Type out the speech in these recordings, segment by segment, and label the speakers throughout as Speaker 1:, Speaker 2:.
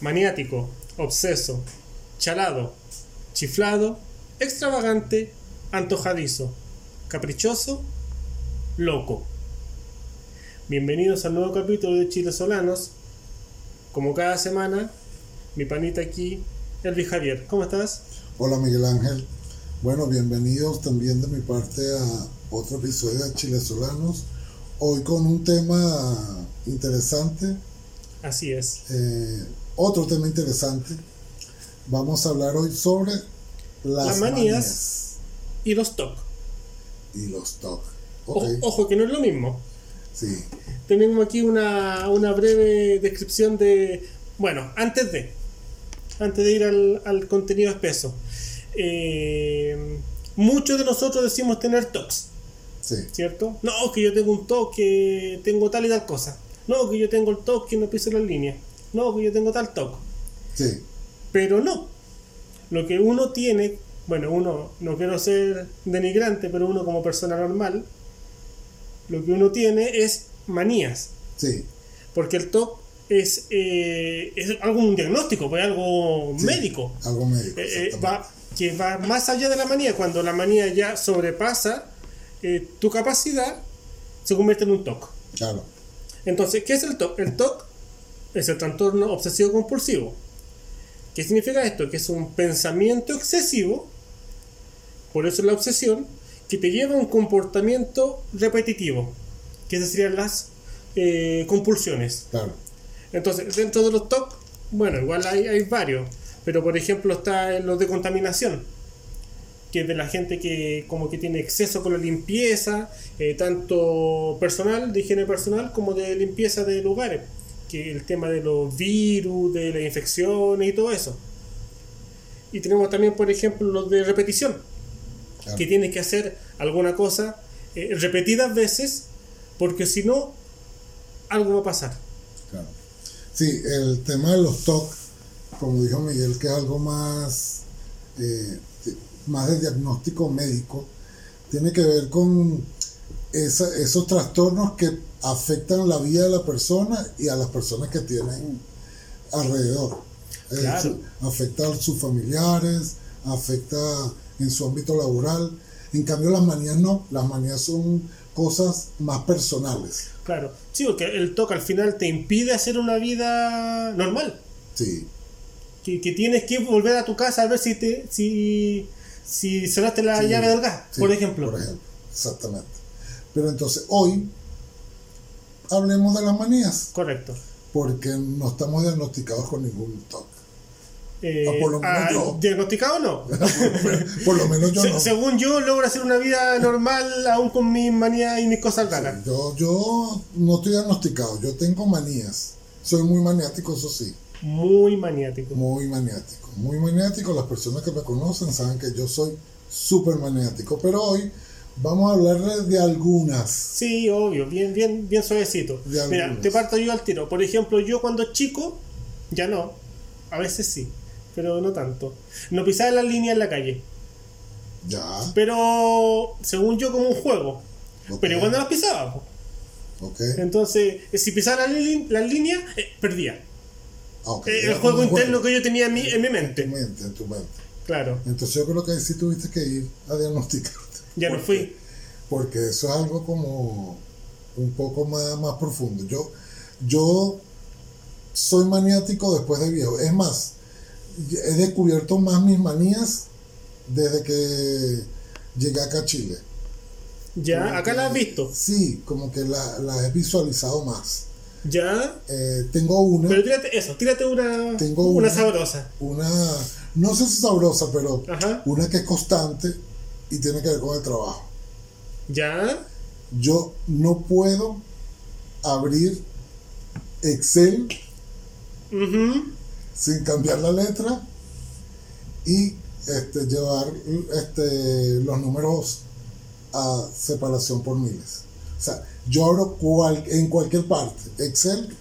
Speaker 1: maniático, obseso, chalado, chiflado, extravagante, antojadizo, caprichoso, loco. Bienvenidos al nuevo capítulo de Chile Solanos. Como cada semana, mi panita aquí, Elvi Javier. ¿Cómo estás?
Speaker 2: Hola Miguel Ángel. Bueno, bienvenidos también de mi parte a otro episodio de Chile Solanos. Hoy con un tema interesante,
Speaker 1: Así es.
Speaker 2: eh, otro tema interesante. Vamos a hablar hoy sobre las,
Speaker 1: Las manías.
Speaker 2: manías
Speaker 1: Y los TOC.
Speaker 2: y los TOC.
Speaker 1: O-
Speaker 2: Ok,
Speaker 1: ojo, que no es lo mismo.
Speaker 2: sí.
Speaker 1: Tenemos aquí una, una breve descripción de. Bueno, antes de. Antes de ir al, al contenido espeso. Eh, muchos de nosotros decimos tener TOCs,
Speaker 2: Sí,
Speaker 1: ¿cierto? No, que yo tengo un TOC, que tengo tal y tal cosa. No, que yo tengo el TOC, que no piso las líneas. No, que yo tengo tal TOC.
Speaker 2: sí,
Speaker 1: Pero no. Lo que uno tiene, bueno, uno, no quiero ser denigrante, pero uno como persona normal, lo que uno tiene es manías.
Speaker 2: sí,
Speaker 1: Porque el TOC es, eh, es algo, un diagnóstico, pues, algo
Speaker 2: Sí.
Speaker 1: médico.
Speaker 2: algo médico.
Speaker 1: Eh, eh,
Speaker 2: exactamente.
Speaker 1: va, que va más allá de la manía. Cuando la manía ya sobrepasa eh, tu capacidad, se convierte en un TOC.
Speaker 2: Claro,
Speaker 1: Entonces, ¿qué es el TOC? El TOC es el trastorno obsesivo compulsivo. ¿Qué significa esto? Que es un pensamiento excesivo, por eso la obsesión, que te lleva a un comportamiento repetitivo, que esas serían las eh, compulsiones.
Speaker 2: claro.
Speaker 1: Entonces, dentro de los TOC, bueno, igual hay, hay varios, pero por ejemplo está en los de contaminación, que es de la gente que como que tiene exceso con la limpieza, eh, tanto personal, de higiene personal, como de limpieza de lugares, que el tema de los virus, de las infecciones y todo eso. Y tenemos también, por ejemplo, los de repetición,
Speaker 2: claro.
Speaker 1: que tienes que hacer alguna cosa eh, repetidas veces, porque si no, algo va a pasar.
Speaker 2: Claro. Sí, el tema de los TOC, como dijo Miguel, que es algo más, eh, más de diagnóstico médico, tiene que ver con esa- esos trastornos que afectan la vida de la persona y a las personas que tienen alrededor. Eh,
Speaker 1: Claro.
Speaker 2: su- afecta a sus familiares, afecta en su ámbito laboral. En cambio, las manías no, las manías son cosas más personales.
Speaker 1: Claro, sí, porque el toque al final te impide hacer una vida normal.
Speaker 2: Sí,
Speaker 1: Que, que tienes que volver a tu casa a ver si te si, si cerraste la
Speaker 2: Sí,
Speaker 1: llave del gas,
Speaker 2: Sí,
Speaker 1: por ejemplo.
Speaker 2: Por ejemplo, exactamente. Pero entonces hoy hablemos de las manías,
Speaker 1: Correcto.
Speaker 2: porque no estamos diagnosticados con ningún TOC.
Speaker 1: Eh,
Speaker 2: Ah, por lo menos yo.
Speaker 1: ¿Diagnosticado o no?
Speaker 2: Por lo menos yo
Speaker 1: Se-
Speaker 2: no.
Speaker 1: Según yo, logro hacer una vida normal aún con mis manías y mis cosas raras.
Speaker 2: Yo, yo no estoy diagnosticado, yo tengo manías. Soy muy maniático, eso sí.
Speaker 1: Muy maniático.
Speaker 2: Muy maniático. Muy maniático. Las personas que me conocen saben que yo soy súper maniático. Pero hoy vamos a hablar de algunas.
Speaker 1: Sí, obvio, bien, bien, bien suavecito.
Speaker 2: De
Speaker 1: Mira,
Speaker 2: algunos.
Speaker 1: te parto yo al tiro. Por ejemplo, yo cuando chico, ya no, a veces sí, pero no tanto. No pisaba la línea en la calle.
Speaker 2: Ya.
Speaker 1: pero según yo como un juego.
Speaker 2: ok,
Speaker 1: Pero cuando las pisaba, po.
Speaker 2: ok,
Speaker 1: entonces eh, si pisaba la, li- la línea, eh, perdía.
Speaker 2: ah, ok,
Speaker 1: Eh,
Speaker 2: era
Speaker 1: el juego
Speaker 2: un
Speaker 1: interno que yo tenía en mi, en mi
Speaker 2: En
Speaker 1: mente.
Speaker 2: tu mente, en tu mente.
Speaker 1: Claro,
Speaker 2: Entonces yo creo que ahí sí tuviste que ir a diagnosticarte.
Speaker 1: ya no
Speaker 2: Porque-
Speaker 1: fui.
Speaker 2: Porque eso es algo como un poco más, más profundo. Yo, yo soy maniático después de viejo. Es más, he descubierto más mis manías desde que llegué acá a Chile.
Speaker 1: Ya, acá la has visto.
Speaker 2: Sí, como que la- las he visualizado más.
Speaker 1: Ya,
Speaker 2: Eh, tengo una,
Speaker 1: pero tírate eso, tírate una,
Speaker 2: Tengo
Speaker 1: una
Speaker 2: una.
Speaker 1: sabrosa.
Speaker 2: una, no sé si sabrosa, pero
Speaker 1: Ajá,
Speaker 2: una que es constante y tiene que ver con el trabajo.
Speaker 1: ya,
Speaker 2: yo no puedo abrir Excel
Speaker 1: ujú,
Speaker 2: sin cambiar la letra y este, llevar este, los números a separación por miles. O sea, yo abro cual- en cualquier parte Excel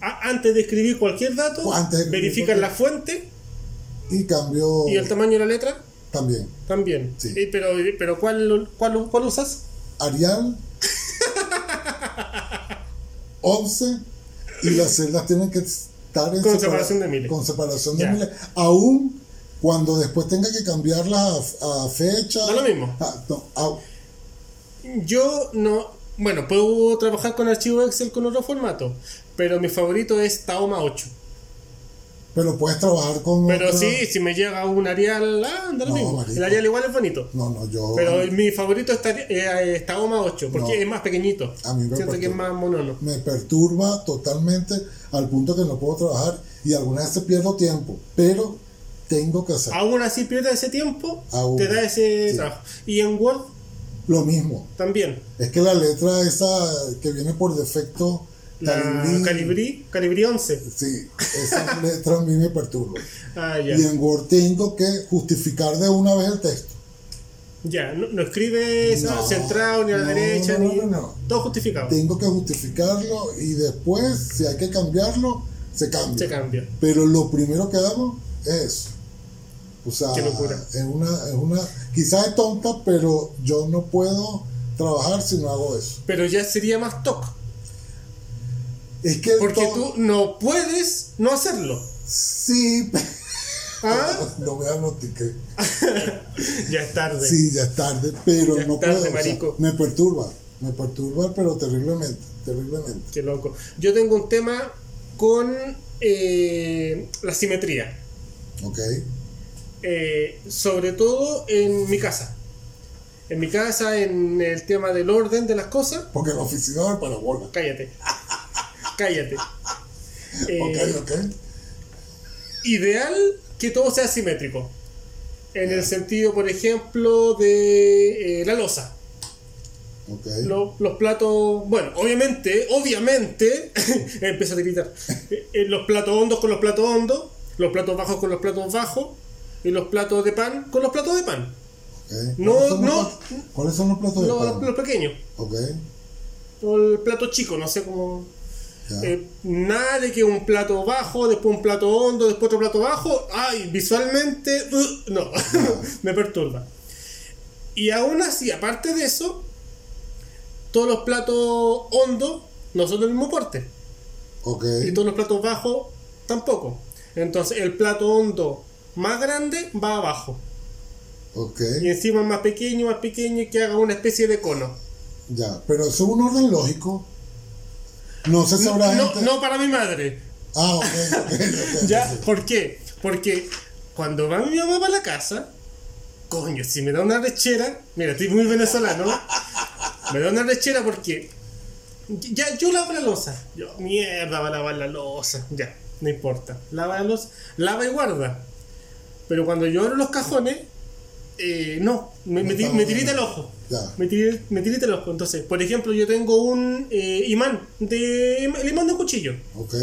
Speaker 1: A- antes de escribir cualquier dato,
Speaker 2: Antes de escribir
Speaker 1: verifican la
Speaker 2: cualquier-
Speaker 1: fuente
Speaker 2: y cambio
Speaker 1: y el tamaño de la letra
Speaker 2: también.
Speaker 1: también.
Speaker 2: Sí.
Speaker 1: Eh, pero, pero ¿cuál, cuál, ¿cuál usas?
Speaker 2: Arial 11 y las celdas tienen que estar estar en
Speaker 1: Con
Speaker 2: separa-
Speaker 1: separación de miles.
Speaker 2: Con separación de
Speaker 1: Ya.
Speaker 2: miles. Aún cuando después tenga que cambiarla a, a fecha.
Speaker 1: Da lo mismo.
Speaker 2: Ah, no, au-
Speaker 1: Yo no. Bueno, puedo trabajar con archivo Excel con otro formato, pero mi favorito es Taoma 8.
Speaker 2: pero puedes trabajar con.
Speaker 1: Pero
Speaker 2: otra-
Speaker 1: sí, si me llega un Arial, ah, anda lo
Speaker 2: No,
Speaker 1: mismo.
Speaker 2: marico.
Speaker 1: El Arial igual es bonito.
Speaker 2: No, no, yo.
Speaker 1: Pero mi favorito es, Tari- eh, es Taoma 8, porque
Speaker 2: No.
Speaker 1: es más pequeñito.
Speaker 2: A mí me
Speaker 1: Siento que
Speaker 2: parece-
Speaker 1: es más monono.
Speaker 2: me perturba totalmente al punto que no puedo trabajar y alguna vez pierdo tiempo, pero tengo que hacer
Speaker 1: Aún así pierdes ese tiempo,
Speaker 2: Aún,
Speaker 1: te da ese
Speaker 2: sí.
Speaker 1: trabajo. Y en Word
Speaker 2: lo mismo.
Speaker 1: también.
Speaker 2: Es que la letra esa que viene por defecto,
Speaker 1: La
Speaker 2: Calibri-
Speaker 1: Calibri, Calibri 11.
Speaker 2: sí, esa letra a mí me perturba.
Speaker 1: Ah, ya.
Speaker 2: Y en Word tengo que justificar de una vez el texto.
Speaker 1: Ya, no, no escribes
Speaker 2: No,
Speaker 1: centrado ni a la
Speaker 2: no,
Speaker 1: derecha,
Speaker 2: no,
Speaker 1: ni.
Speaker 2: no, no.
Speaker 1: Todo justificado.
Speaker 2: Tengo que justificarlo y después, si hay que cambiarlo, se cambia.
Speaker 1: Se cambia.
Speaker 2: Pero lo primero que hago es. eso. O sea,
Speaker 1: Qué locura.
Speaker 2: Es una, es una, quizás es tonta, pero yo no puedo trabajar si no hago eso.
Speaker 1: Pero ya sería más TOC.
Speaker 2: Es que el
Speaker 1: Porque
Speaker 2: to-
Speaker 1: tú no puedes no hacerlo.
Speaker 2: sí, pero-
Speaker 1: ¿Ah?
Speaker 2: no me anotiqué.
Speaker 1: ya es tarde.
Speaker 2: Sí, ya es tarde, pero
Speaker 1: Ya es
Speaker 2: no
Speaker 1: tarde,
Speaker 2: puedo. o sea,
Speaker 1: marico.
Speaker 2: me perturba, me perturba, pero terriblemente, terriblemente.
Speaker 1: Qué loco. Yo tengo un tema con eh, la simetría.
Speaker 2: ¿Ok?
Speaker 1: Eh, sobre todo en mi casa. En mi casa, en el tema del orden de las cosas.
Speaker 2: Porque la oficina del parabola.
Speaker 1: Cállate. Cállate. Eh,
Speaker 2: ok, ok.
Speaker 1: ideal que todo sea simétrico. En el sentido, por ejemplo, de eh, la losa.
Speaker 2: Ok.
Speaker 1: Lo- los platos, bueno, obviamente, obviamente, empiezo a gritar. Eh, eh, los platos hondos con los platos hondos, los platos bajos con los platos bajos, y los platos de pan con los platos de pan.
Speaker 2: ok.
Speaker 1: No,
Speaker 2: ¿Cuáles son los
Speaker 1: no.
Speaker 2: platos- ¿Cuáles son los platos de
Speaker 1: Los,
Speaker 2: pan?
Speaker 1: los pequeños,
Speaker 2: Ok.
Speaker 1: o el plato chico, no sé cómo.
Speaker 2: ya.
Speaker 1: eh, nada de que un plato bajo, después un plato hondo, después otro plato bajo. Ay, visualmente, uh, no, me perturba. Y aún así, aparte de eso, todos los platos hondos no son del mismo porte.
Speaker 2: ok.
Speaker 1: y todos los platos bajos tampoco. Entonces el plato hondo más grande va abajo
Speaker 2: Ok.
Speaker 1: y encima más pequeño, más pequeño y que haga una especie de cono.
Speaker 2: Ya, pero eso es un orden lógico. No sé si habrá
Speaker 1: No,
Speaker 2: gente.
Speaker 1: no para mi madre.
Speaker 2: Ah, ok, ok, ok.
Speaker 1: ¿Ya? ¿Por qué? Porque cuando va mi mamá para la casa, coño, si me da una rechera, mira, estoy muy venezolano, me da una rechera porque ya yo lavo la losa. Yo, mierda, va a lavar la losa. Ya, no importa. Lava la losa, lava y guarda. Pero cuando yo abro los cajones, eh, no, me, me, ti- me tirita el ojo.
Speaker 2: Ya.
Speaker 1: Me, tir- me tirita el ojo. Entonces, por ejemplo, yo tengo un eh, imán, de, el imán de un cuchillo.
Speaker 2: Ok,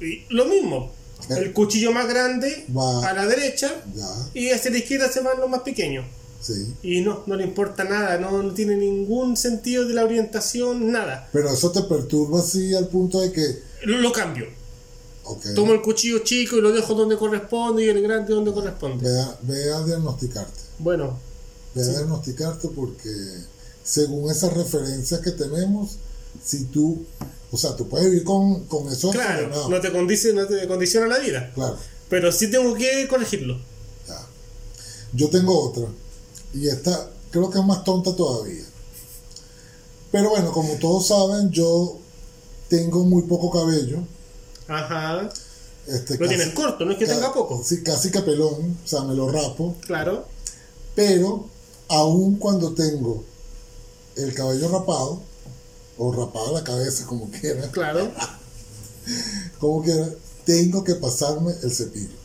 Speaker 1: Y lo mismo. El cuchillo más grande
Speaker 2: Eh. Va.
Speaker 1: a la derecha
Speaker 2: ya,
Speaker 1: y hacia la izquierda se van los más pequeños.
Speaker 2: sí.
Speaker 1: Y no, no le importa nada, no, no tiene ningún sentido de la orientación, nada.
Speaker 2: Pero eso te perturba así al punto de que.
Speaker 1: Lo, lo cambio.
Speaker 2: Eh. Ok.
Speaker 1: Tomo el cuchillo chico y lo dejo donde corresponde y el grande donde corresponde.
Speaker 2: Ve a, ve a diagnosticarte.
Speaker 1: Bueno,
Speaker 2: Ve a diagnosticarte porque según esas referencias que tenemos, si tú. O sea, tú puedes vivir con, con eso
Speaker 1: claro,
Speaker 2: desordenado.
Speaker 1: no te, condice, no te condiciona la vida,
Speaker 2: Claro,
Speaker 1: pero sí tengo que corregirlo.
Speaker 2: ya. Yo tengo otra. Y esta creo que es más tonta todavía. Pero bueno, como todos saben, yo tengo muy poco cabello.
Speaker 1: Ajá.
Speaker 2: Este,
Speaker 1: Lo tienes corto, no es que
Speaker 2: ca-
Speaker 1: tenga poco.
Speaker 2: Sí, casi que pelón, o sea, me lo rapo.
Speaker 1: Claro.
Speaker 2: Pero, aún cuando tengo el cabello rapado, o rapado la cabeza, como quiera,
Speaker 1: Claro.
Speaker 2: como quiera, tengo que pasarme el cepillo.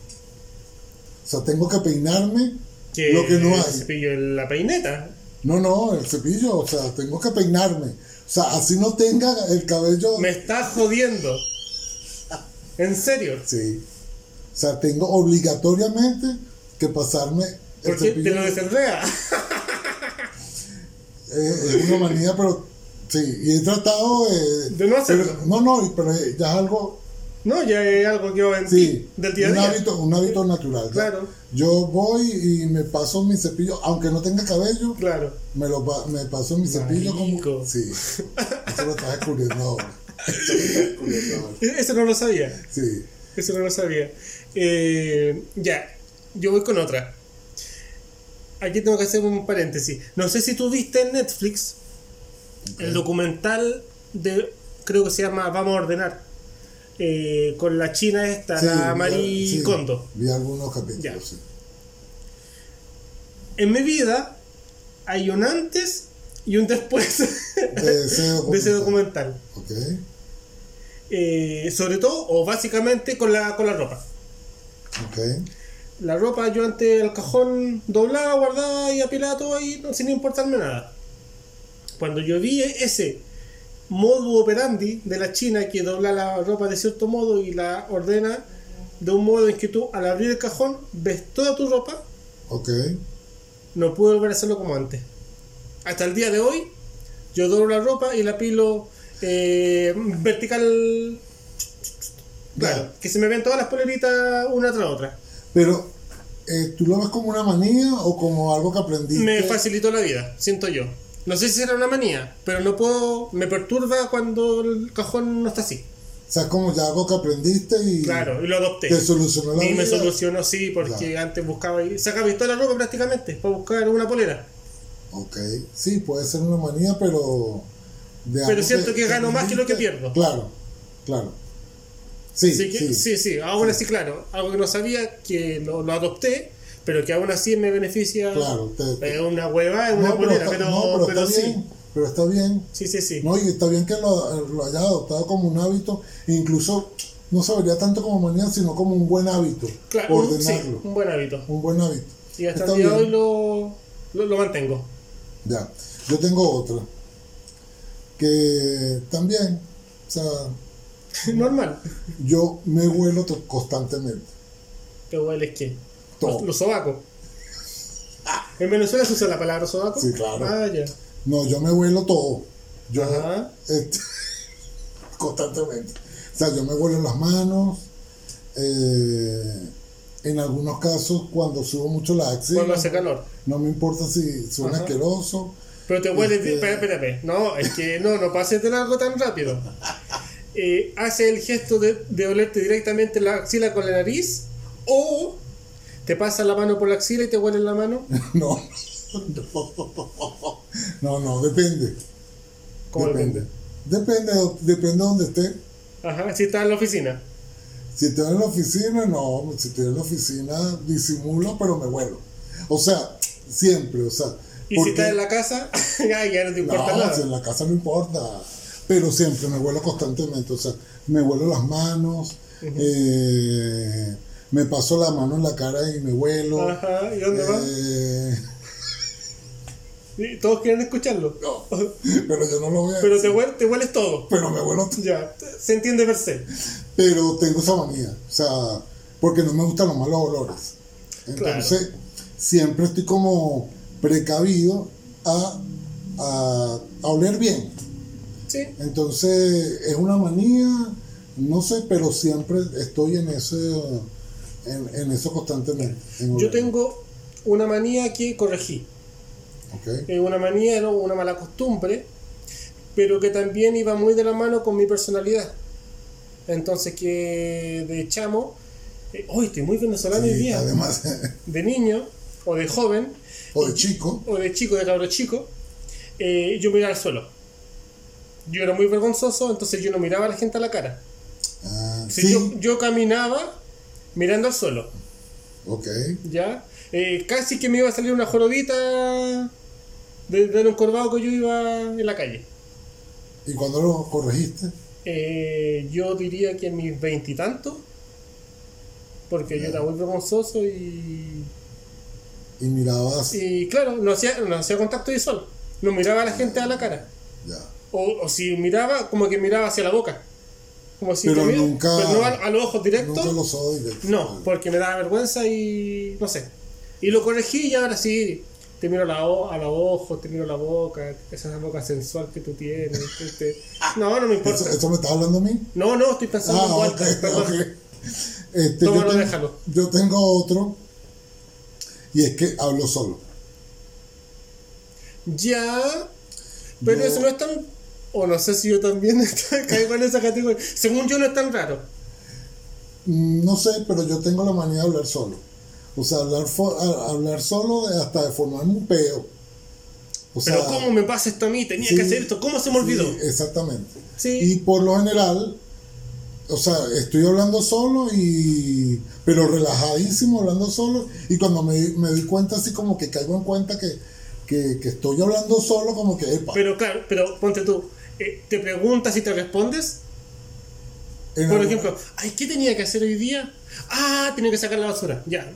Speaker 2: O sea, tengo que peinarme
Speaker 1: Que
Speaker 2: lo que no
Speaker 1: el
Speaker 2: hay.
Speaker 1: cepillo en la peineta.
Speaker 2: No, no, el cepillo, o sea, tengo que peinarme. O sea, así no tenga el cabello.
Speaker 1: Me estás jodiendo. En serio.
Speaker 2: Sí. O sea, tengo obligatoriamente que pasarme el
Speaker 1: Porque te
Speaker 2: cepillo.
Speaker 1: lo desenrea.
Speaker 2: Eh, es una manía, pero sí, y he tratado de...
Speaker 1: De no hacerlo.
Speaker 2: pero- no, no, pero eh, ya es algo,
Speaker 1: No, ya es algo que va en
Speaker 2: sí,
Speaker 1: ti, del día a
Speaker 2: un,
Speaker 1: día.
Speaker 2: Hábito, un hábito natural. ya.
Speaker 1: Claro.
Speaker 2: Yo voy y me paso mi cepillo, aunque no tenga cabello,
Speaker 1: Claro.
Speaker 2: me, lo, pa- me paso mi cepillo
Speaker 1: Marico.
Speaker 2: como... Sí, eso lo estás descubriendo ahora. Eso lo estás descubriendo ahora.
Speaker 1: Eso no E-, lo sabía.
Speaker 2: Sí,
Speaker 1: Eso no lo sabía. Eh, ya, yo voy con otra. Aquí tengo que hacer un paréntesis. No sé si tú viste en Netflix
Speaker 2: Ok.
Speaker 1: el documental de, creo que se llama Vamos a ordenar, eh, con la china esta,
Speaker 2: Sí,
Speaker 1: la
Speaker 2: vi-
Speaker 1: Marie
Speaker 2: sí,
Speaker 1: Kondo.
Speaker 2: Vi algunos capítulos,
Speaker 1: Ya.
Speaker 2: sí.
Speaker 1: En mi vida hay un antes y un después
Speaker 2: De ese
Speaker 1: de ese
Speaker 2: documental.
Speaker 1: documental.
Speaker 2: Ok.
Speaker 1: Eh, sobre todo, o básicamente con la, con la ropa.
Speaker 2: Ok.
Speaker 1: La ropa yo antes al cajón doblada, guardada y apilada todo ahí no, sin importarme nada. Cuando yo vi ese modo operandi de la China que dobla la ropa de cierto modo y la ordena de un modo en que tú al abrir el cajón ves toda tu ropa,
Speaker 2: Ok.
Speaker 1: no pude volver a hacerlo como antes. Hasta el día de hoy yo doblo la ropa y la pilo eh, vertical. Claro,
Speaker 2: Ya.
Speaker 1: que se me ven todas las poleritas una tras otra.
Speaker 2: Pero, eh, ¿tú lo ves como una manía o como algo que aprendiste?
Speaker 1: me facilitó la vida, siento yo. No sé si será una manía, pero no puedo. Me perturba cuando el cajón no está así.
Speaker 2: O sea, como ya algo que aprendiste y
Speaker 1: Claro, y lo adopté.
Speaker 2: te solucionó la
Speaker 1: Y
Speaker 2: vida.
Speaker 1: me solucionó, sí, porque antes buscaba y sacaba toda la ropa prácticamente para buscar una polera.
Speaker 2: Ok. Sí, puede ser una manía, pero... de
Speaker 1: Pero
Speaker 2: algo
Speaker 1: siento que gano más que lo que
Speaker 2: aprendiste.
Speaker 1: pierdo.
Speaker 2: Claro, claro. Sí,
Speaker 1: Así que-
Speaker 2: sí.
Speaker 1: sí, sí, aún así, claro. Algo que no sabía, que lo, lo adopté, pero que aún así me beneficia.
Speaker 2: Claro, te- te-
Speaker 1: Es una hueva, es
Speaker 2: No,
Speaker 1: una
Speaker 2: pero
Speaker 1: polera,
Speaker 2: está-
Speaker 1: pero,
Speaker 2: no, pero
Speaker 1: pero
Speaker 2: está
Speaker 1: sí.
Speaker 2: bien, pero está bien.
Speaker 1: Sí, sí, sí.
Speaker 2: No, y está bien que lo, lo haya adoptado como un hábito, e incluso no se vería tanto como manía, sino como un buen hábito.
Speaker 1: Claro, un, sí,
Speaker 2: ordenarlo.
Speaker 1: un buen hábito.
Speaker 2: Un buen hábito.
Speaker 1: Y hasta
Speaker 2: Está
Speaker 1: el día de
Speaker 2: bien.
Speaker 1: hoy lo, lo, lo mantengo.
Speaker 2: Ya. Yo tengo otra. Que también, o sea,
Speaker 1: Normal.
Speaker 2: yo me huelo to- constantemente.
Speaker 1: ¿Te hueles qué?
Speaker 2: Todo.
Speaker 1: Los, los sobacos. Ah, En Venezuela se usa la palabra sobaco.
Speaker 2: Sí, claro.
Speaker 1: Ah, ya. Ah,
Speaker 2: No, yo me huelo todo. Yo
Speaker 1: Ajá.
Speaker 2: este, constantemente. O sea, yo me huelo las manos. eh, en algunos casos, cuando subo mucho la axila,
Speaker 1: Cuando hace calor.
Speaker 2: no me importa si suena
Speaker 1: Ajá.
Speaker 2: asqueroso.
Speaker 1: Pero te hueles.
Speaker 2: Este-
Speaker 1: Espera, espera, espera. No, es que no, no pases de largo tan rápido. Eh, hace el gesto de, de olerte directamente la axila con la nariz o te pasa la mano por la axila y te huele la mano.
Speaker 2: No, no, no, no, depende.
Speaker 1: ¿Cómo
Speaker 2: depende. Depende, depende de donde esté.
Speaker 1: Ajá, si estás en la oficina.
Speaker 2: Si estoy en la oficina, no, si estoy en la oficina disimulo, pero me huelo. O sea, siempre, o sea.
Speaker 1: Y si
Speaker 2: porque-
Speaker 1: estás en la casa, ya, ya no te
Speaker 2: No,
Speaker 1: importa
Speaker 2: si en
Speaker 1: nada.
Speaker 2: la casa no importa. Pero siempre me vuelo constantemente. O sea, me vuelo las manos. eh, me paso la mano en la cara y me vuelo.
Speaker 1: Ajá, ¿y dónde va?
Speaker 2: eh,
Speaker 1: Y Todos quieren escucharlo.
Speaker 2: no, pero yo no lo voy a
Speaker 1: Pero te,
Speaker 2: decir,
Speaker 1: huel- te hueles todo.
Speaker 2: pero me vuelo.
Speaker 1: Ya, se entiende per se.
Speaker 2: Pero tengo esa manía. O sea, porque no me gustan los malos olores. Entonces, siempre estoy como precavido a, a, a oler bien.
Speaker 1: Sí.
Speaker 2: Entonces, es una manía, no sé, pero siempre estoy en ese en, en eso constantemente. en
Speaker 1: Yo
Speaker 2: oler.
Speaker 1: tengo una manía que corregí.
Speaker 2: Ok,
Speaker 1: Eh, Una manía era una mala costumbre, pero que también iba muy de la mano con mi personalidad. Entonces que de chamo, eh, hoy estoy muy venezolano hoy
Speaker 2: Y
Speaker 1: día,
Speaker 2: además,
Speaker 1: de niño o de joven
Speaker 2: o de chico,
Speaker 1: o de chico, de cabro chico, eh, yo miraba al suelo. Yo era muy vergonzoso, entonces yo no miraba a la gente a la cara.
Speaker 2: ah,
Speaker 1: Si
Speaker 2: sí,
Speaker 1: yo, yo caminaba mirando al suelo.
Speaker 2: ok,
Speaker 1: ¿Ya? Eh, casi que me iba a salir una jorobita de, de lo encorvado que yo iba en la calle.
Speaker 2: y cuando lo corregiste,
Speaker 1: Eh, yo diría que en mis veintitantos, porque yo era muy vergonzoso y,
Speaker 2: y mirabas,
Speaker 1: y claro, no hacía, no hacía contacto visual. No miraba a la gente a la cara.
Speaker 2: ya,
Speaker 1: O, o si miraba, como que miraba hacia la boca. Como si
Speaker 2: Pero
Speaker 1: te miro-
Speaker 2: nunca-
Speaker 1: pero no a, a los ojos directos.
Speaker 2: nunca los ojos directos.
Speaker 1: No, porque me daba vergüenza y no sé. Y lo corregí y ahora sí, te miro la o- a los ojos, te miro la boca, esa boca sensual que tú tienes. que te- No, no me
Speaker 2: ¿Eso,
Speaker 1: importa.
Speaker 2: eso me estás hablando a mí?
Speaker 1: No, no, estoy pensando en
Speaker 2: Ah, ok,
Speaker 1: vuelta, perdón.
Speaker 2: ok. Este,
Speaker 1: Tómalo,
Speaker 2: yo, tengo,
Speaker 1: déjalo.
Speaker 2: yo tengo otro, y es que hablo solo.
Speaker 1: Ya, pero
Speaker 2: Yo-
Speaker 1: eso no es tan... O no sé si yo también caigo en esa categoría. Según yo no es tan raro.
Speaker 2: Mm, No sé, pero yo tengo la manía de hablar solo. O sea, hablar, fo- a- hablar solo de- hasta de formarme un peo. O
Speaker 1: Pero
Speaker 2: sea,
Speaker 1: ¿cómo me pasa esto a mí? Tenía
Speaker 2: sí,
Speaker 1: que hacer esto. ¿Cómo se me olvidó?
Speaker 2: sí, exactamente.
Speaker 1: Sí.
Speaker 2: Y por lo general, o sea, estoy hablando solo y. pero relajadísimo hablando solo. Y cuando me, me doy cuenta, así como que caigo en cuenta que, que, que estoy hablando solo, como que, epa.
Speaker 1: Pero claro, pero ponte tú. eh, ¿Te preguntas y te respondes?
Speaker 2: en
Speaker 1: Por
Speaker 2: algún-
Speaker 1: ejemplo, ay, ¿qué tenía que hacer hoy día? Ah, tenía que sacar la basura. Ya.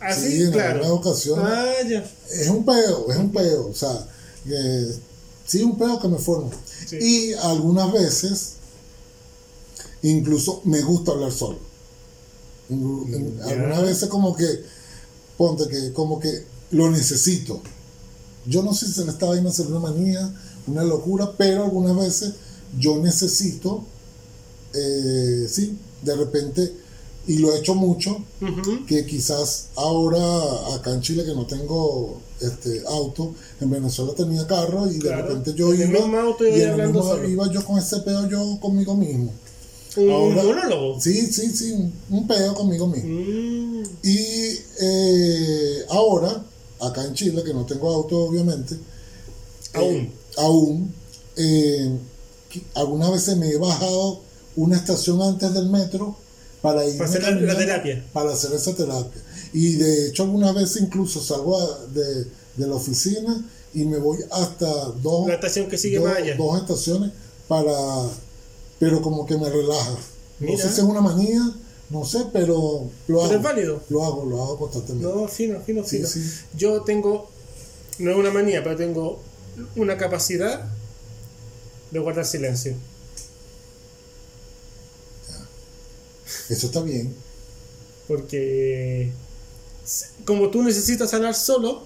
Speaker 1: Así,
Speaker 2: Sí, en
Speaker 1: claro.
Speaker 2: alguna ocasión.
Speaker 1: Ah, ya.
Speaker 2: Es un peo, es un peo. O sea, eh, sí, un peo que me formo.
Speaker 1: Sí.
Speaker 2: Y algunas veces, incluso me gusta hablar solo. En- en-
Speaker 1: Mm, Ya.
Speaker 2: Algunas veces como que, ponte que, como que lo necesito. Yo no sé si esta vaina será una manía, una locura, pero algunas veces yo necesito, eh, sí, de repente, y lo he hecho mucho,
Speaker 1: Ujú.
Speaker 2: que quizás ahora acá en Chile que no tengo este auto, en Venezuela tenía carro y de
Speaker 1: Claro.
Speaker 2: repente yo
Speaker 1: En el
Speaker 2: iba
Speaker 1: mismo auto iba
Speaker 2: y en el
Speaker 1: hablando
Speaker 2: mismo
Speaker 1: solo.
Speaker 2: iba yo con ese peo yo conmigo mismo.
Speaker 1: Un
Speaker 2: Ahora-
Speaker 1: monólogo.
Speaker 2: Sí, sí, sí, un- un peo conmigo mismo.
Speaker 1: Mm,
Speaker 2: Y eh, ahora acá en Chile que no tengo auto obviamente,
Speaker 1: Aún.
Speaker 2: aún eh, que- algunas veces me he bajado una estación antes del metro para ir
Speaker 1: hacer la- la terapia.
Speaker 2: para hacer esa terapia y de hecho algunas veces incluso salgo a- de, de la oficina y me voy hasta dos
Speaker 1: La estación que sigue
Speaker 2: dos-
Speaker 1: más allá.
Speaker 2: dos estaciones para pero como que me relaja no
Speaker 1: Mira.
Speaker 2: sé si es una manía no sé pero lo
Speaker 1: Pero
Speaker 2: hago
Speaker 1: es válido.
Speaker 2: lo hago lo hago constantemente
Speaker 1: No, fino, fino,
Speaker 2: Sí,
Speaker 1: fino.
Speaker 2: sí.
Speaker 1: Yo tengo, no es una manía, pero tengo una capacidad de guardar silencio.
Speaker 2: eso está bien
Speaker 1: Porque s- como tú necesitas hablar solo,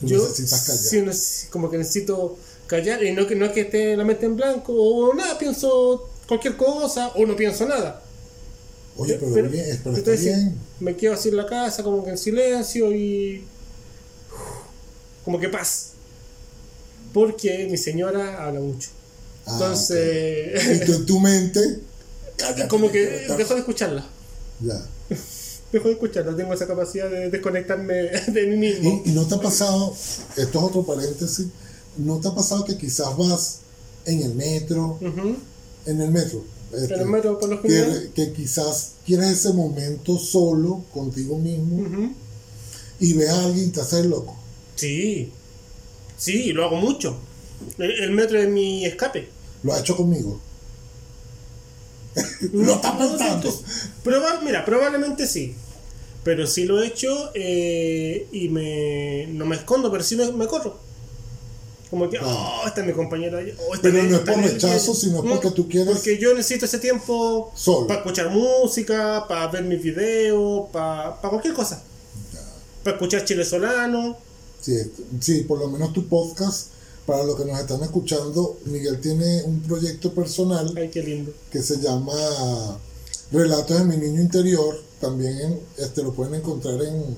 Speaker 2: Tú
Speaker 1: yo
Speaker 2: necesitas callar
Speaker 1: sí neces- como que necesito callar y no que no es que esté la mente en blanco o nada, pienso cualquier cosa o no pienso nada.
Speaker 2: oye pero,
Speaker 1: Pero-
Speaker 2: bien, pero está
Speaker 1: Entonces, sí,
Speaker 2: bien
Speaker 1: me quedo así en la casa como que en silencio y como que paz. Porque mi señora habla mucho.
Speaker 2: Ah,
Speaker 1: Entonces, Ah,
Speaker 2: ok. y tú en tu mente
Speaker 1: como que dejo de escucharla.
Speaker 2: ya
Speaker 1: Dejo de escucharla. Tengo esa capacidad de desconectarme de mí mismo.
Speaker 2: Y, y no te ha pasado, esto es otro paréntesis, no te ha pasado que quizás vas en el metro,
Speaker 1: Ujú.
Speaker 2: en el metro, este,
Speaker 1: Pero me por lo general.
Speaker 2: que, que quizás quieres ese momento solo contigo mismo
Speaker 1: Ujú.
Speaker 2: y ves a alguien y te haces loco.
Speaker 1: Sí. Sí, lo hago mucho. El, el metro es mi escape.
Speaker 2: Lo ha hecho conmigo. lo estás pensando.
Speaker 1: Proba- mira, probablemente sí. Pero sí lo he hecho eh, y me, no me escondo, pero sí me, me corro. Como que,
Speaker 2: Ah.
Speaker 1: oh, está mi compañero ahí. oh, está
Speaker 2: Pero
Speaker 1: él,
Speaker 2: no es
Speaker 1: está
Speaker 2: por
Speaker 1: él".
Speaker 2: rechazo, sino
Speaker 1: No,
Speaker 2: porque tú quieres-
Speaker 1: Porque yo necesito ese tiempo
Speaker 2: Solo.
Speaker 1: para escuchar música, para ver mis videos, para, para cualquier cosa. Para escuchar Chile Solano.
Speaker 2: Sí, este, sí, por lo menos tu podcast, para los que nos están escuchando, Miguel tiene un proyecto personal.
Speaker 1: Ay, qué lindo.
Speaker 2: que se llama Relatos de mi niño interior. También en- este, lo pueden encontrar en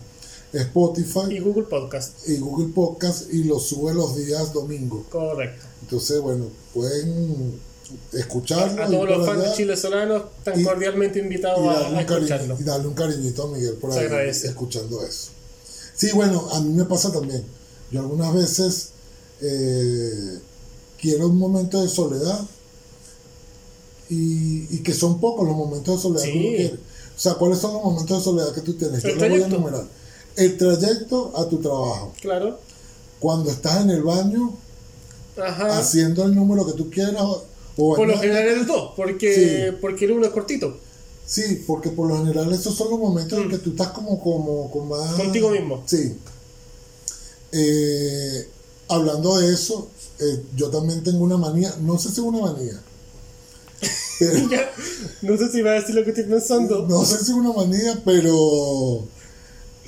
Speaker 1: Y
Speaker 2: Spotify
Speaker 1: Google Podcast.
Speaker 2: y Google Podcast y lo sube los días domingo.
Speaker 1: Correcto.
Speaker 2: Entonces, bueno, pueden escucharlo
Speaker 1: A
Speaker 2: ir
Speaker 1: todos los
Speaker 2: para
Speaker 1: fans de
Speaker 2: allá
Speaker 1: Chile Solano están
Speaker 2: Y-
Speaker 1: cordialmente
Speaker 2: y
Speaker 1: invitados a,
Speaker 2: darle,
Speaker 1: a
Speaker 2: un cariño-
Speaker 1: escucharlo.
Speaker 2: y darle un cariñito a Miguel por
Speaker 1: Se
Speaker 2: ahí
Speaker 1: agradece.
Speaker 2: escuchando eso. Sí, bueno, a mí me pasa también. Yo algunas veces eh, quiero un momento de soledad y, y que son pocos los momentos de soledad que
Speaker 1: Sí.
Speaker 2: uno quiere. O sea, ¿cuáles son los momentos de soledad que tú tienes? Yo
Speaker 1: El
Speaker 2: los voy a
Speaker 1: trayecto.
Speaker 2: enumerar. El trayecto a tu trabajo.
Speaker 1: Claro.
Speaker 2: Cuando estás en el baño
Speaker 1: Ajá.
Speaker 2: haciendo el número que tú quieras o- o
Speaker 1: Ah. Por lo
Speaker 2: bañándote.
Speaker 1: general el 2, porque, porque el 1 es cortito.
Speaker 2: Sí, porque por lo general esos son los momentos en que tú estás como, como, con más...
Speaker 1: Mm. Contigo mismo.
Speaker 2: Sí. Eh, hablando de eso, eh, yo también tengo una manía, no sé si es una manía, pero,
Speaker 1: Ya, no sé si va a decir lo que estoy pensando.
Speaker 2: no sé si es una manía, pero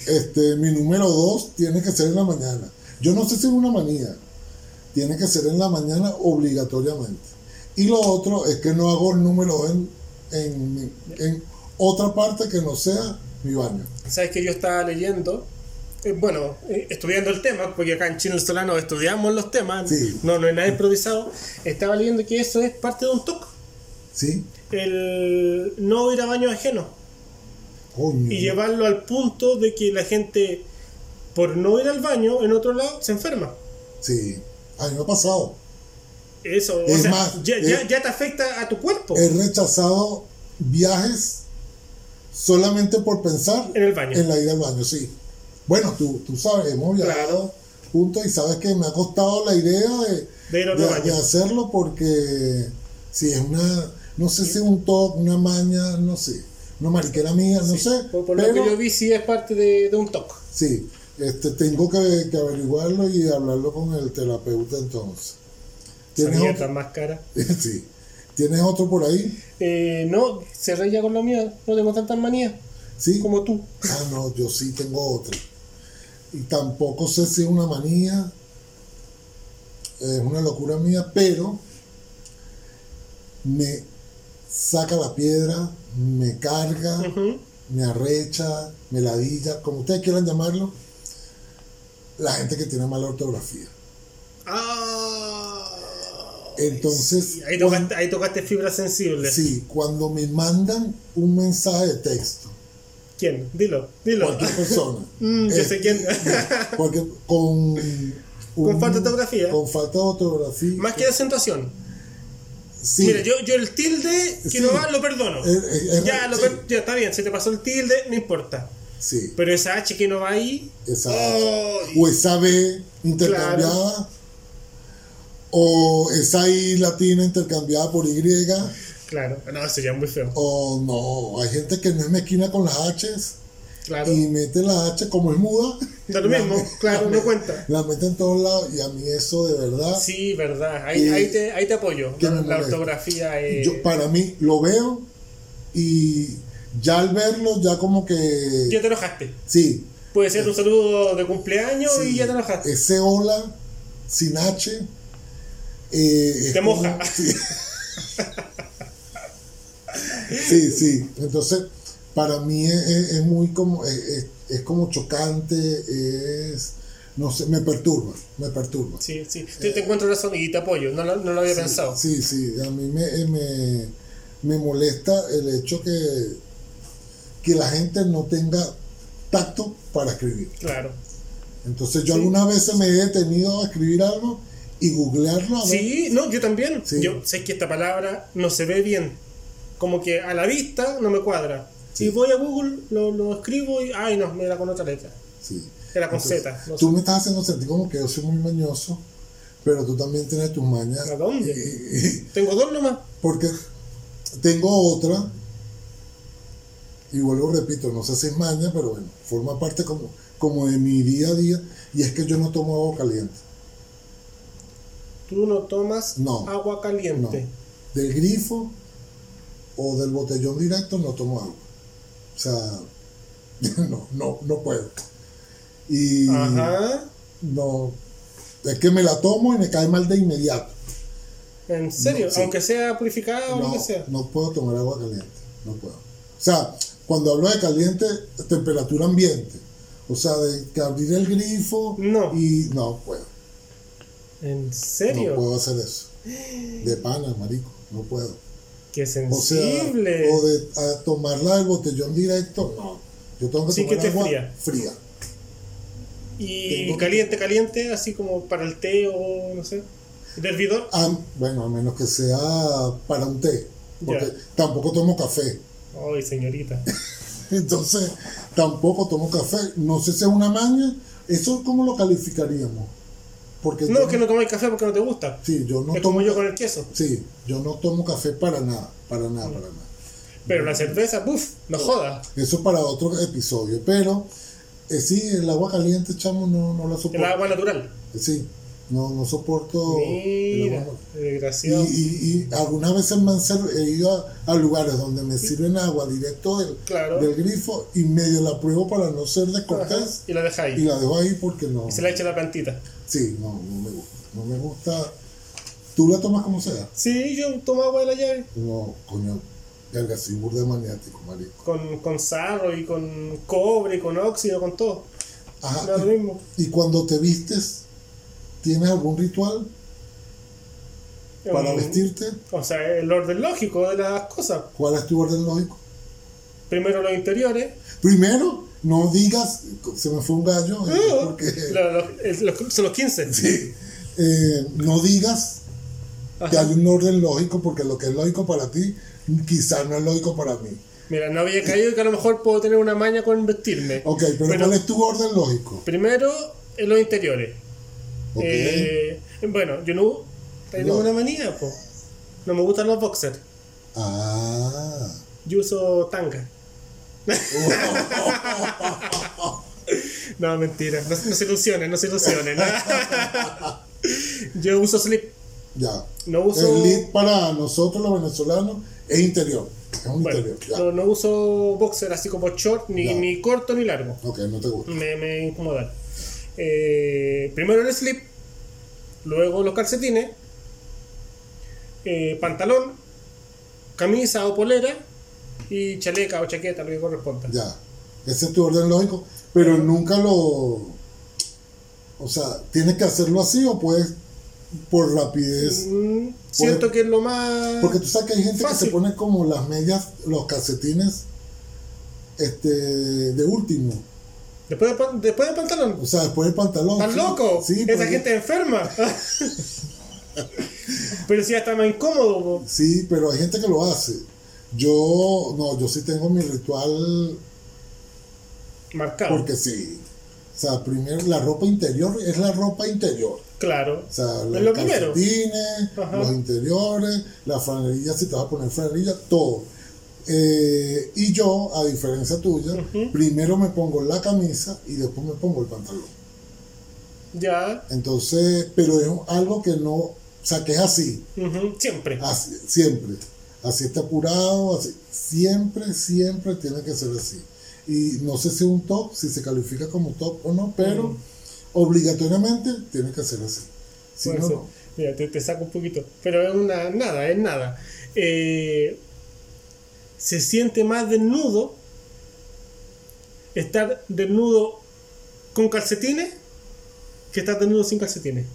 Speaker 2: este, mi número dos tiene que ser en la mañana. Yo no sé si es una manía, tiene que ser en la mañana obligatoriamente. Y lo otro es que no hago el número dos en, en, mi- en otra parte que no sea mi baño.
Speaker 1: Sabes que yo estaba leyendo, eh, bueno, eh, estudiando el tema, porque acá en Chino y Solano estudiamos los temas,
Speaker 2: Sí.
Speaker 1: no, no hay nada improvisado. Estaba leyendo que eso es parte de un TOC,
Speaker 2: ¿Sí?
Speaker 1: el no ir a baño ajeno.
Speaker 2: Coño.
Speaker 1: y llevarlo al punto de que la gente, por no ir al baño en otro lado, se enferma.
Speaker 2: Sí. A mí me ha pasado.
Speaker 1: Eso, o
Speaker 2: Es
Speaker 1: sea,
Speaker 2: más, eh,
Speaker 1: ya, ya-
Speaker 2: es-
Speaker 1: ya te afecta a tu cuerpo
Speaker 2: He rechazado viajes solamente por pensar
Speaker 1: en el baño.
Speaker 2: en la ida al baño, sí. Bueno, tú, tú sabes, hemos viajado
Speaker 1: Claro.
Speaker 2: juntos y sabes que me ha costado la idea de,
Speaker 1: De ir al
Speaker 2: de-
Speaker 1: baño.
Speaker 2: de hacerlo porque si es una, no sé si es un top, una maña, no sé, una mariquera mía, no sé,
Speaker 1: Por, por lo
Speaker 2: pero
Speaker 1: que yo vi, sí es parte de, de un toque.
Speaker 2: sí, este, tengo que, que averiguarlo y hablarlo con el terapeuta entonces.
Speaker 1: Esa
Speaker 2: ¿Tienes
Speaker 1: mierda
Speaker 2: otro?
Speaker 1: más cara.
Speaker 2: Sí. ¿Tienes otro por ahí?
Speaker 1: Eh, no, cerré ya con lo mío. No tengo tantas manías
Speaker 2: Sí.
Speaker 1: como tú.
Speaker 2: Ah, no, yo sí tengo otra. Y tampoco sé si es una manía, es una locura mía, pero me saca la piedra, me carga,
Speaker 1: Ujú.
Speaker 2: me arrecha, me ladilla, como ustedes quieran llamarlo, la gente que tiene mala ortografía.
Speaker 1: Ah.
Speaker 2: Entonces,
Speaker 1: Sí, ahí, tocaste, ahí tocaste fibra sensible.
Speaker 2: Sí, cuando me mandan un mensaje de texto,
Speaker 1: ¿Quién? Dilo, dilo.
Speaker 2: cualquier persona,
Speaker 1: Mm, yo
Speaker 2: eh,
Speaker 1: sé quién.
Speaker 2: porque con... un-
Speaker 1: falta de ortografía.
Speaker 2: Con falta de ortografía.
Speaker 1: Más que de acentuación.
Speaker 2: Sí.
Speaker 1: Mira, yo, yo el tilde, que
Speaker 2: Sí.
Speaker 1: no va, lo perdono.
Speaker 2: Eh, eh, eh,
Speaker 1: ya, lo
Speaker 2: sí,
Speaker 1: per- ya está bien, si te pasó el tilde, no importa.
Speaker 2: sí,
Speaker 1: Pero esa H que no va ahí.
Speaker 2: esa
Speaker 1: Oh. ¡ay!
Speaker 2: o esa B intercambiada o esa I latina intercambiada por Y
Speaker 1: Claro, no, sería muy feo.
Speaker 2: o no, hay gente que no es mezquina con las H's
Speaker 1: Claro,
Speaker 2: y mete la H como es muda
Speaker 1: da lo mismo, claro, no cuenta.
Speaker 2: la mete en todos lados y a mí eso de verdad
Speaker 1: Sí, verdad, ahí,
Speaker 2: Y-
Speaker 1: ahí, te, ahí te apoyo.
Speaker 2: que
Speaker 1: La,
Speaker 2: me
Speaker 1: la
Speaker 2: molesta.
Speaker 1: ortografía eh, es.
Speaker 2: yo para mí lo veo y ya al verlo ya como
Speaker 1: Ya
Speaker 2: que
Speaker 1: te enojaste.
Speaker 2: sí
Speaker 1: Puede ser un saludo de cumpleaños
Speaker 2: Sí,
Speaker 1: y ya te enojaste.
Speaker 2: Ese hola sin H. eh, es
Speaker 1: Te
Speaker 2: como-
Speaker 1: moja.
Speaker 2: Sí. sí, sí. Entonces, para mí es, es- es muy como, es, es- es como chocante, es, no sé, me perturba, me perturba.
Speaker 1: Sí, sí. Te, te encuentro razón y te apoyo. No, lo- no lo había pensado.
Speaker 2: Sí, sí, a mí me, eh, me, me molesta el hecho que, que la gente no tenga tacto para escribir.
Speaker 1: Claro.
Speaker 2: Entonces yo
Speaker 1: Sí.
Speaker 2: algunas veces me he detenido a escribir algo y googlearlo a ver.
Speaker 1: Sí, no, yo también.
Speaker 2: Sí.
Speaker 1: Yo sé que esta palabra no se ve bien. Como que a la vista no me cuadra.
Speaker 2: Sí.
Speaker 1: Y voy a Google, lo, lo escribo y. Ay, no, me era con otra letra.
Speaker 2: Sí.
Speaker 1: Era con
Speaker 2: Entonces,
Speaker 1: Z. no sé.
Speaker 2: Tú me estás haciendo sentir como que yo soy muy mañoso, pero tú también tienes tus mañas.
Speaker 1: ¿A dónde?
Speaker 2: Y- y-
Speaker 1: Tengo dos nomás.
Speaker 2: Porque tengo otra, y vuelvo, repito, no sé si es maña, pero bueno, forma parte como, como de mi día a día, y es que yo no tomo agua caliente.
Speaker 1: Tú no tomas
Speaker 2: No.
Speaker 1: agua
Speaker 2: No.
Speaker 1: caliente.
Speaker 2: Este, Del grifo o del botellón directo no tomo agua. O sea, no, no, no puedo. Y
Speaker 1: Ajá.
Speaker 2: no, es que me la tomo y me cae mal de inmediato.
Speaker 1: ¿En serio?
Speaker 2: sí.
Speaker 1: Aunque sea purificada o lo
Speaker 2: No,
Speaker 1: que sea.
Speaker 2: no puedo tomar agua caliente, no puedo. O sea, cuando hablo de caliente, temperatura ambiente. O sea, de que abrir el grifo
Speaker 1: No.
Speaker 2: y no puedo.
Speaker 1: ¿En
Speaker 2: No
Speaker 1: serio?
Speaker 2: puedo hacer eso. De pana, marico, no puedo.
Speaker 1: Qué
Speaker 2: O sea,
Speaker 1: sensible.
Speaker 2: o de a tomarla del botellón directo, no. Yo tengo que
Speaker 1: Sí, que
Speaker 2: tomar
Speaker 1: esté
Speaker 2: agua
Speaker 1: fría.
Speaker 2: fría.
Speaker 1: y
Speaker 2: tengo-
Speaker 1: caliente, caliente, así como para el té o no sé. ¿De hervidor?
Speaker 2: Ah, bueno, a menos que sea para un té. Porque
Speaker 1: Ya.
Speaker 2: tampoco tomo café.
Speaker 1: Ay, señorita.
Speaker 2: Entonces, tampoco tomo café. No sé si es una maña. ¿Eso cómo lo calificaríamos? Porque
Speaker 1: No,
Speaker 2: yo,
Speaker 1: que no tomáis café porque no te gusta.
Speaker 2: Sí, yo no
Speaker 1: es
Speaker 2: tomo.
Speaker 1: como yo con el queso.
Speaker 2: Sí, yo no tomo café para nada, para nada,
Speaker 1: Mm.
Speaker 2: para nada.
Speaker 1: Pero la cerveza, ¡puf! No joda.
Speaker 2: Eso es para otro episodio. Pero, eh, sí, el agua caliente, chamo, no, no la
Speaker 1: El
Speaker 2: soporto.
Speaker 1: agua natural.
Speaker 2: Sí, no, no soporto. el
Speaker 1: Mira,
Speaker 2: agua. Y,
Speaker 1: desgraciado.
Speaker 2: y, y algunas veces me han ser- he ido a, a lugares donde me sirven agua directo del,
Speaker 1: Claro.
Speaker 2: del grifo y medio la pruebo para no ser
Speaker 1: Ajá,
Speaker 2: descortés
Speaker 1: Y la dejáis.
Speaker 2: y la dejo ahí porque no.
Speaker 1: Y se la echa a la plantita.
Speaker 2: Sí, no, no me gusta. No me gusta. Tú la tomas como sea.
Speaker 1: Sí, yo tomo agua de la llave.
Speaker 2: No, coño. Verga, soy burda de maniático, marico.
Speaker 1: Con, con sarro y con cobre, con óxido, con todo. Da
Speaker 2: Ajá.
Speaker 1: lo mismo.
Speaker 2: Y, y cuando te vistes, ¿tienes algún ritual para
Speaker 1: Mm,
Speaker 2: vestirte?
Speaker 1: O sea, el orden lógico de las cosas.
Speaker 2: ¿Cuál es tu orden lógico?
Speaker 1: Primero los interiores.
Speaker 2: Primero, no digas, se me fue un gallo.
Speaker 1: Ah.
Speaker 2: eh, porque,
Speaker 1: Lo- lo- es- los- son los 15.
Speaker 2: sí, eh, no digas que
Speaker 1: Ajá.
Speaker 2: hay un orden lógico, porque lo que es lógico para ti, quizás no es lógico para mí.
Speaker 1: Mira, no había caído que a lo mejor puedo tener una maña con vestirme.
Speaker 2: Ok, pero
Speaker 1: Bueno.
Speaker 2: ¿cuál es tu orden lógico?
Speaker 1: Primero, en los interiores.
Speaker 2: Ok.
Speaker 1: Eh, bueno, yo no tengo
Speaker 2: No.
Speaker 1: una manía, po. No me gustan los boxers.
Speaker 2: Ah.
Speaker 1: Yo uso tanga. no, mentira. No, no se ilusionen, no se ilusionen. yo uso slip.
Speaker 2: Ya.
Speaker 1: No uso.
Speaker 2: El lead para nosotros los venezolanos es interior. Es un
Speaker 1: bueno,
Speaker 2: interior. Ya.
Speaker 1: no, no uso boxer así como short, ni,
Speaker 2: Ya.
Speaker 1: ni corto ni largo.
Speaker 2: Ok, no te gusta.
Speaker 1: Me, me incomodan. Eh, primero el slip, luego los calcetines, eh, pantalón, camisa o polera y chaleca o chaqueta, lo que corresponda.
Speaker 2: Ya. Ese es tu orden lógico. Pero nunca lo. O sea, tienes que hacerlo así o puedes por rapidez.
Speaker 1: Mm, siento que es lo más...
Speaker 2: Porque tú sabes que hay gente que
Speaker 1: Fácil.
Speaker 2: se pone como las medias, los calcetines este, de último.
Speaker 1: Después, del pan- después del pantalón.
Speaker 2: O sea, después del pantalón.
Speaker 1: ¿Estás
Speaker 2: Sí.
Speaker 1: loco?
Speaker 2: Sí,
Speaker 1: Esa
Speaker 2: porque-
Speaker 1: gente es enferma. Pero si ya está más incómodo. po.
Speaker 2: Sí, pero hay gente que lo hace. Yo, no, yo sí tengo mi ritual
Speaker 1: Marcado.
Speaker 2: porque sí. O sea, primero la ropa interior es la ropa interior.
Speaker 1: Claro.
Speaker 2: O sea, los
Speaker 1: lo primero.
Speaker 2: calcetines,
Speaker 1: Ajá.
Speaker 2: los interiores, la franelilla, si te vas a poner franelilla, todo. Eh, y yo, a diferencia tuya,
Speaker 1: Ujú.
Speaker 2: primero me pongo la camisa y después me pongo el pantalón.
Speaker 1: Ya.
Speaker 2: Entonces, pero es algo que no, o sea, que es así.
Speaker 1: Ujú, Siempre.
Speaker 2: Así, siempre. Así está apurado, así. Siempre, siempre tiene que ser así. Y no sé si es un top, si se califica como top o no, pero
Speaker 1: Mm.
Speaker 2: obligatoriamente tiene que ser así. Si
Speaker 1: Puede
Speaker 2: no,
Speaker 1: ser.
Speaker 2: no.
Speaker 1: Mira, te, te saco un poquito. Pero es una. Nada, es nada. Eh, se siente más desnudo estar desnudo con calcetines que estar desnudo sin calcetines.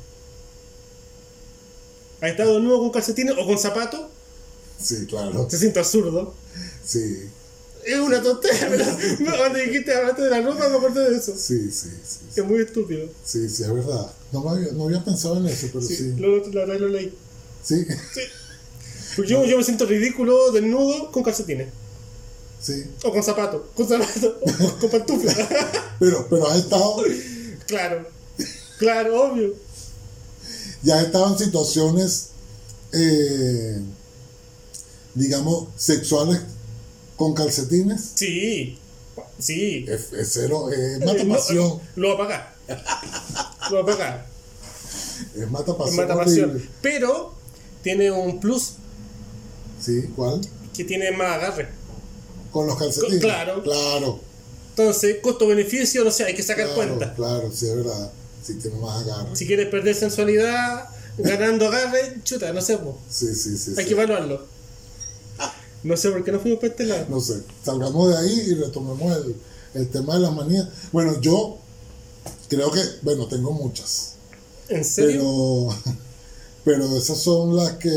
Speaker 1: ¿Has estado desnudo con calcetines o con zapatos?
Speaker 2: Sí, claro.
Speaker 1: Se siente absurdo.
Speaker 2: Sí,
Speaker 1: Es una tontera, pero no, cuando dijiste hablaste de la ropa me acordé de eso.
Speaker 2: sí, sí, sí.
Speaker 1: Es muy estúpido.
Speaker 2: Sí, sí, es verdad. No, me había, no había pensado en eso, pero
Speaker 1: Sí,
Speaker 2: sí. Sí.
Speaker 1: Lo, la verdad lo leí.
Speaker 2: Sí,
Speaker 1: Porque yo, yo me siento ridículo desnudo con calcetines.
Speaker 2: sí.
Speaker 1: O con zapato, con zapato, o con pantufla.
Speaker 2: Pero, pero has estado,
Speaker 1: claro, claro, obvio.
Speaker 2: ya has estado en situaciones, eh, digamos, sexuales con calcetines.
Speaker 1: Sí, sí.
Speaker 2: Es, es cero, es mata
Speaker 1: Eh, no,
Speaker 2: pasión.
Speaker 1: lo apaga. Lo apaga.
Speaker 2: Es mata
Speaker 1: Es
Speaker 2: pasión.
Speaker 1: mata
Speaker 2: horrible.
Speaker 1: pasión. Pero tiene un plus
Speaker 2: Sí, ¿cuál?
Speaker 1: que tiene más agarre.
Speaker 2: Con los calcetines.
Speaker 1: Co- claro.
Speaker 2: Claro.
Speaker 1: Entonces, costo-beneficio, no sé, hay que sacar
Speaker 2: claro,
Speaker 1: cuenta.
Speaker 2: Claro, sí, es verdad. Sí, tiene más agarre.
Speaker 1: Si quieres perder sensualidad, ganando agarre, chuta, no sé, po.
Speaker 2: Sí, sí, sí.
Speaker 1: hay
Speaker 2: sí.
Speaker 1: que evaluarlo. No sé por qué no fuimos para este lado.
Speaker 2: No sé. Salgamos de ahí y retomemos el, el tema de las manías. Bueno, yo creo que, bueno, tengo muchas.
Speaker 1: ¿En serio?
Speaker 2: Pero, pero esas son las que.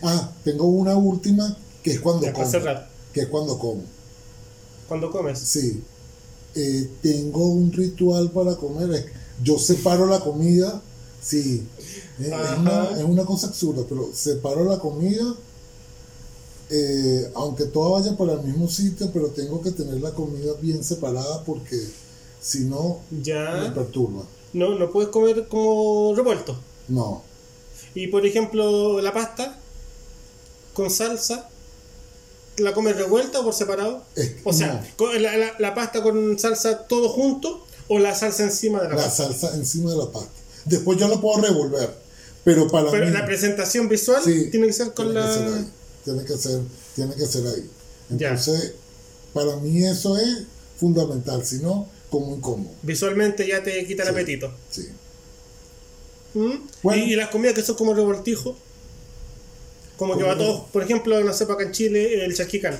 Speaker 2: Ah, tengo una última que es cuando
Speaker 1: Ya, para
Speaker 2: como.
Speaker 1: cerrar.
Speaker 2: Que es cuando como.
Speaker 1: Cuando comes.
Speaker 2: Sí. Eh, tengo un ritual para comer. Es- Yo separo la comida. Sí. Eh, Es
Speaker 1: Ajá.
Speaker 2: una, es una cosa absurda, pero separo la comida. eh, aunque toda vaya para el mismo sitio, pero tengo que tener la comida bien separada porque si no me
Speaker 1: Ya.
Speaker 2: perturba.
Speaker 1: No, no puedes comer como revuelto.
Speaker 2: No.
Speaker 1: Y por ejemplo, la pasta con salsa, ¿la comes revuelta o por separado?
Speaker 2: Es-
Speaker 1: O sea,
Speaker 2: no.
Speaker 1: co- la, la- la pasta con salsa todo junto o la salsa encima de la
Speaker 2: la
Speaker 1: pasta.
Speaker 2: salsa encima de la pasta. Después yo la puedo revolver, pero para
Speaker 1: Pero
Speaker 2: mí
Speaker 1: la presentación visual
Speaker 2: Sí,
Speaker 1: tiene que ser con
Speaker 2: tiene que ser
Speaker 1: la.
Speaker 2: ahí, tiene que ser, tiene que ser ahí.
Speaker 1: Ya.
Speaker 2: Entonces, para mí eso es fundamental, si no, como incómodo.
Speaker 1: Visualmente ya te quita el
Speaker 2: Sí.
Speaker 1: apetito.
Speaker 2: Sí.
Speaker 1: ¿Mm?
Speaker 2: Bueno.
Speaker 1: Y, y las comidas que son como revoltijo, como que
Speaker 2: Como-
Speaker 1: va todo. Por ejemplo, no sé, para acá en Chile, el chasquicán,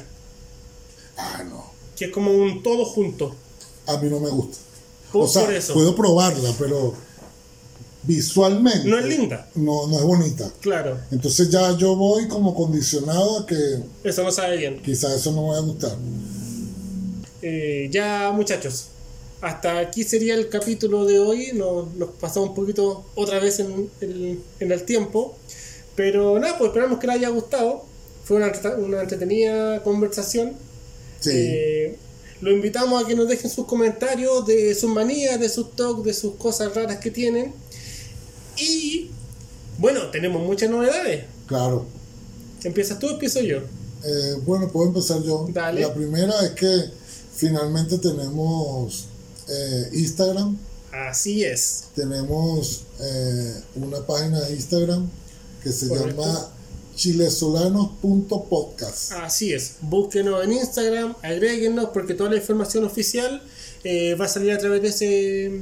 Speaker 2: Ah, no.
Speaker 1: que es como un todo junto.
Speaker 2: A mí no me gusta.
Speaker 1: Por,
Speaker 2: o sea,
Speaker 1: por eso.
Speaker 2: puedo probarla, pero visualmente
Speaker 1: No es linda.
Speaker 2: no, no es bonita.
Speaker 1: Claro,
Speaker 2: Entonces ya yo voy como condicionado a que
Speaker 1: eso no sabe bien.
Speaker 2: quizás eso no me va a gustar.
Speaker 1: Eh, ya, muchachos, hasta aquí sería el capítulo de hoy. Nos, nos pasamos un poquito otra vez en, el- en el tiempo. Pero nada, pues esperamos que les haya gustado. Fue una, entreta- una entretenida conversación.
Speaker 2: Sí,
Speaker 1: Eh, lo invitamos a que nos dejen sus comentarios de sus manías, de sus toques, de sus cosas raras que tienen. Y bueno, tenemos muchas novedades.
Speaker 2: claro.
Speaker 1: ¿Empiezas tú o empiezo yo?
Speaker 2: Eh, bueno, puedo empezar yo.
Speaker 1: Dale.
Speaker 2: La primera es que finalmente tenemos eh, Instagram.
Speaker 1: Así es.
Speaker 2: Tenemos eh, una página de Instagram que se
Speaker 1: Correcto.
Speaker 2: llama chilesolanos.podcast.
Speaker 1: Así es. Búsquenos en Instagram, agréguenos porque toda la información oficial eh, va a salir a través de ese,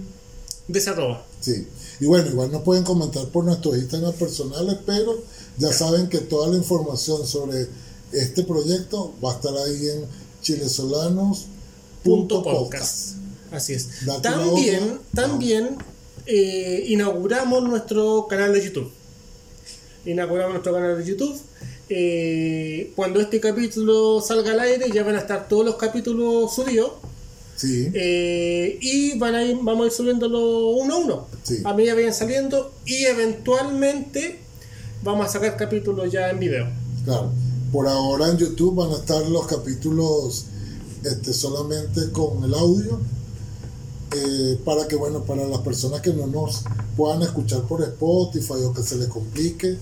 Speaker 1: de esa arroba.
Speaker 2: Sí. Y bueno, igual nos pueden comentar por nuestros Instagram personales, pero ya saben que toda la información sobre este proyecto va a estar ahí en
Speaker 1: Punto
Speaker 2: chilesolanos.podcast.
Speaker 1: podcast. Así es.
Speaker 2: Dato
Speaker 1: También,
Speaker 2: loco.
Speaker 1: también eh, inauguramos nuestro canal de YouTube. Inauguramos nuestro canal de YouTube. Eh, cuando este capítulo salga al aire ya van a estar todos los capítulos subidos
Speaker 2: Sí,
Speaker 1: eh, y van a ir, vamos a ir subiéndolo uno a uno.
Speaker 2: Sí.
Speaker 1: A medida que vayan saliendo y eventualmente vamos a sacar capítulos ya en video.
Speaker 2: claro. Por ahora en YouTube van a estar los capítulos este, solamente con el audio. eh, para que bueno, para las personas que no nos puedan escuchar por Spotify o que se les complique,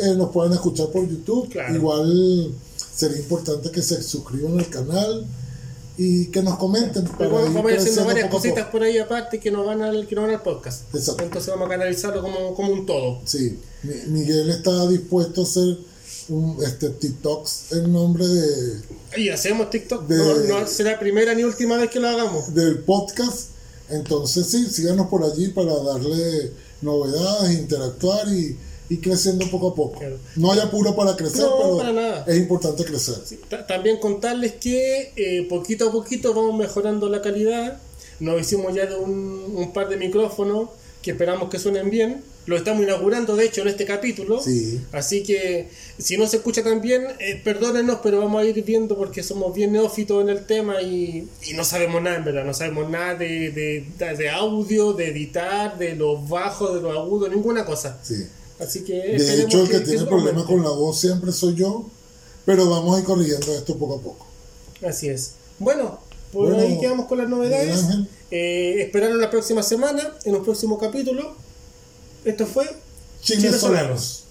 Speaker 2: eh, nos puedan escuchar por YouTube.
Speaker 1: Claro.
Speaker 2: Igual sería importante que se suscriban al canal y que nos comenten. para
Speaker 1: Vamos,
Speaker 2: ir
Speaker 1: vamos a ir haciendo
Speaker 2: creciendo
Speaker 1: varias
Speaker 2: poco a poco.
Speaker 1: cositas por ahí aparte que nos van al, que nos van al podcast.
Speaker 2: Exacto.
Speaker 1: Entonces vamos a canalizarlo como, como un todo.
Speaker 2: Sí, Mi- Miguel está dispuesto a hacer un, este, TikToks en nombre de,
Speaker 1: Y hacemos TikTok.
Speaker 2: De-
Speaker 1: No, no será primera ni última vez que lo hagamos.
Speaker 2: del podcast. Entonces sí, síganos por allí para darle novedades, interactuar y, y creciendo poco a poco.
Speaker 1: Claro.
Speaker 2: No hay apuro para crecer,
Speaker 1: No,
Speaker 2: pero
Speaker 1: para nada.
Speaker 2: es importante crecer.
Speaker 1: Sí, ta- También contarles que eh, poquito a poquito vamos mejorando la calidad. Nos hicimos ya de un, un par de micrófonos que esperamos que suenen bien. Lo estamos inaugurando, de hecho, en este capítulo.
Speaker 2: Sí.
Speaker 1: Así que si no se escucha tan bien, eh, perdónenos, pero vamos a ir viendo porque somos bien neófitos en el tema y, y no sabemos nada, en verdad. No sabemos nada de, de- de- de audio, de editar, de los bajos, de los agudos, ninguna cosa.
Speaker 2: sí.
Speaker 1: Así que...
Speaker 2: De
Speaker 1: Eh, esperemos
Speaker 2: hecho, el que,
Speaker 1: que
Speaker 2: tiene
Speaker 1: eso
Speaker 2: problemas
Speaker 1: aumente.
Speaker 2: con la voz siempre soy yo, pero vamos a ir corrigiendo esto poco a poco.
Speaker 1: Así es. Bueno, por
Speaker 2: Bueno,
Speaker 1: ahí quedamos con las novedades.
Speaker 2: Miguel Ángel.
Speaker 1: Eh, esperaron la próxima semana, en un próximo capítulo. Esto fue
Speaker 2: Chiles
Speaker 1: Chiles
Speaker 2: solanos.
Speaker 1: Solanos.